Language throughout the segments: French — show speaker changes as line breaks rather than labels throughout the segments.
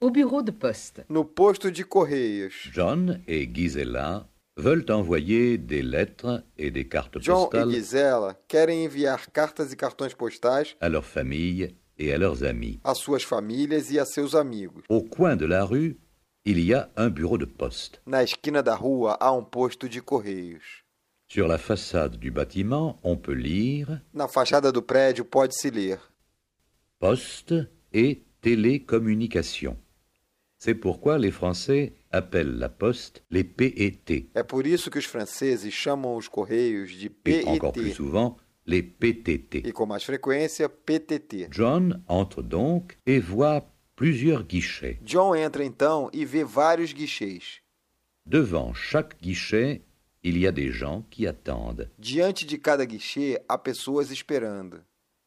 Au bureau de poste,
no posto de correios.
John et Gisela veulent envoyer des lettres et des cartes
John e
postales
Gisela querem enviar cartas e cartões postais
à leur famille et à leurs amis.
às suas famílias e a seus amigos.
Au coin de la rue, il y a un bureau de poste.
Na esquina da rua há um posto de correios.
Sur la façade du bâtiment, on peut lire
Na fachada do prédio pode-se ler
Poste et télécommunications. C'est pourquoi les Français appellent la poste les E PET
É por isso que os franceses chamam os correios de
et encore plus
PET
souvent les PTT.
e com mais frequência PTT.
John entre donc et voit plusieurs guichets.
John entra então e vê vários guichês.
Devant chaque guichet, il y a des gens qui attendent.
Diante de cada guichê há pessoas esperando.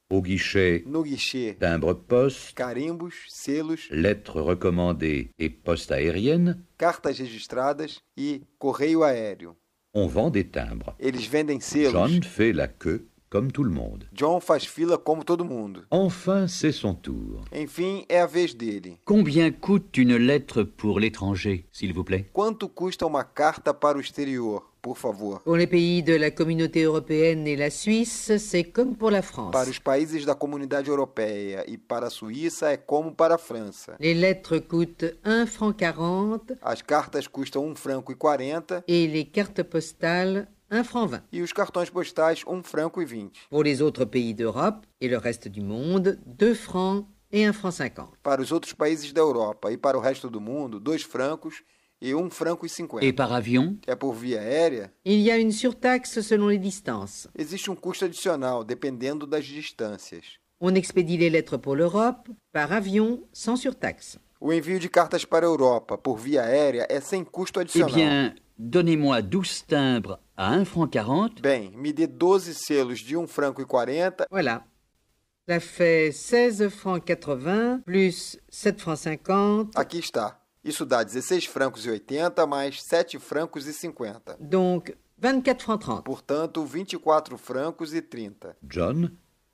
Au guichet,
No guichê,
timbre poste,
carimbos, selos,
lettres recommandées et poste aérienne,
cartas registradas e correio aéreo.
on vend des timbres.
Eles vendem selos.
John fait la queue comme tout le monde.
John faz fila como todo mundo.
Enfin, c'est son tour.
Enfim, é a vez dele.
Combien coûte une lettre pour l'étranger, s'il vous plaît
Quanto custa uma carta para o exterior, por favor?
pour les pays de la communauté européenne et la Suisse, c'est comme pour la France.
Para os países da comunidade europeia e para a Suíça é como para a França.
Les lettres coûtent 1 franc 40
As cartas custam um franco e 40
et les cartes postales 1 franc 20.
e os cartões postais um franco e 20.
Pour les autres pays d'Europe et le reste du monde, 2 francs et 1 franc 50.
Para os outros países da Europa e para o resto do mundo, dois francos e um franco e
Et
50.
Então-
par avion
É por via aérea?
Il y a une surtaxe selon les distances.
Existe um custo adicional, dependendo das distâncias.
On expédie les lettres pour l'Europe par avion sans surtaxe.
O envio de cartas para a Europa por via aérea é sem custo
Eh
adicional.
bien, donnez-moi 12 timbres à 1 franc 40
Bem, me dê 12 selos de um franco e 40
Voilà. Ça fait 16 francs 80 plus 7 francs 50,
Aqui está. Isso dá 16 francos e 80 mais 7 francos e 50.
donc 24 francs 30.
Portanto, 24 francos e 30.
John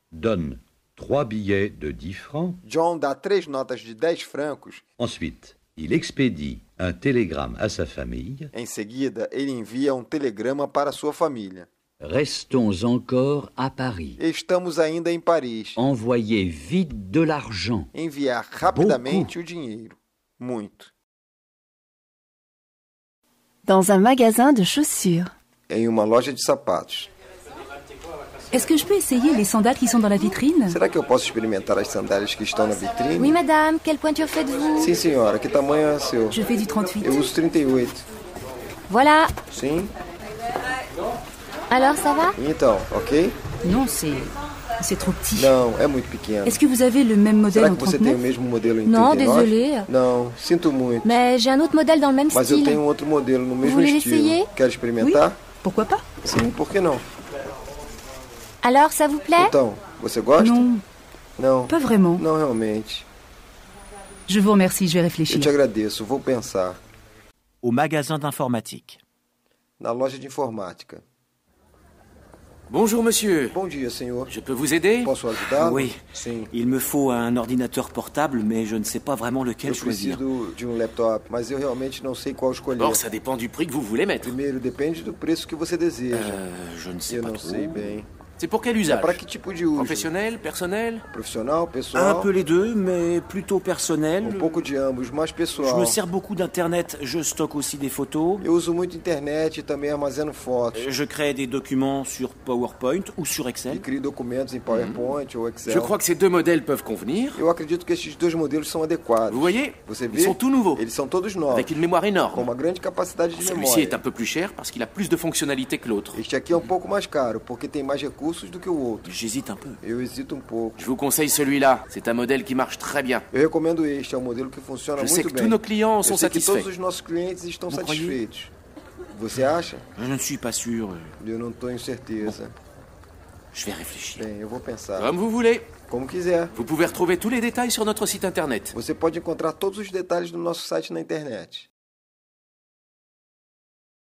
donne trois billets de 10 francs.
John dá três notas de 10 francos.
Ensuite, il expédie un télégramme à sa famille.
Em seguida, ele envia um telegrama para sua família.
Restons encore à Paris.
Estamos ainda em Paris.
Envoyez vite de l'argent.
Enviar rapidamente o dinheiro. Muito.
Dans un magasin de chaussures.
Em uma loja de sapatos.
Est-ce que je peux essayer les sandales qui sont dans la vitrine
Será que eu posso experimentar as sandálias que estão na vitrine?
Oui, madame, quelle pointure faites-vous
Sim, senhora. Que tamanho é seu?
Je fais du 38.
Eu uso 38.
Voilà.
Sim?
Alors, ça va
Então, ok?
Non, c'est. C'est trop petit.
Não, é muito pequeno.
Est-ce que vous avez le même modèle
Será
en
que você tem o
39
tá mesmo modelo em
Não,
39?
désolé.
Não, sinto muito.
Mais j'ai un autre modèle dans le même
Mas eu tenho
style.
um outro modelo no mesmo
voulez
estilo.
l'essayer?
Quer
Oui
experimentar?
Pourquoi pas
Sim, por que não?
Alors, ça vous plaît
Então, você gosta?
Non,
Não, Tá
pas vraiment.
não realmente.
Je vous remercie, je vais
Eu
réfléchir.
te agradeço, vou pensar.
Au magasin d'informatique.
Na loja de informática.
Bonjour monsieur.
Bom dia, senhor.
Je peux vous aider
Posso ajudar?
Oui.
Sim.
Il me faut un ordinateur portable, mais je ne sais pas vraiment lequel
Eu
choisir.
preciso de um laptop, mas eu realmente não sei qual escolher.
Or, ça dépend du prix que vous voulez mettre.
Primeiro, depende do preço que você deseja.
Ah,
Euh, je ne sais
eu
pas
não
trop.
sei bem.
C'est pour quel
É
usage
para que tipo de uso?
Professionnel, personnel
Profissional,
Un
pessoal?
peu les deux, mais plutôt personnel.
Um pouco de ambos, mais
Je
pessoal.
me sers beaucoup d'internet, je stocke aussi des photos.
Eu uso muito internet e também armazeno fotos.
Je crée des documents sur PowerPoint ou sur
E
Excel.
crio documentos em PowerPoint ou Excel.
Je crois que ces deux modèles peuvent convenir.
Eu acredito que esses dois modelos são
Ah,
adequados.
Vous voyez
Você vê?
Ils sont tout nouveaux,
Eles são todos novos,
avec une mémoire
com
énorme.
uma grande capacidade de
Celui-ci
memória.
est un peu plus cher parce qu'il a plus de fonctionnalités que l'autre.
Este aqui é um pouco mais caro, porque tem mais recursos do que o outro.
J'hésite un peu.
Eu hesito um pouco.
Je vous conseille celui-là. C'est un modèle qui marche très bien.
Eu recomendo este, é um modelo que funciona
Je sais
muito
que
bem.
tous nos clients en
Eu
sont
sei que todos
satisfaits.
os nossos clientes estão
Vous
satisfeitos. Você acha?
Je ne suis pas sûr.
Eu não tenho certeza.
euh, Je vais réfléchir.
Bem, eu vou pensar.
Comme vous voulez.
Como quiser.
Vous pouvez retrouver tous les détails sur notre site internet.
Você pode encontrar todos os detalhes do nosso site na internet.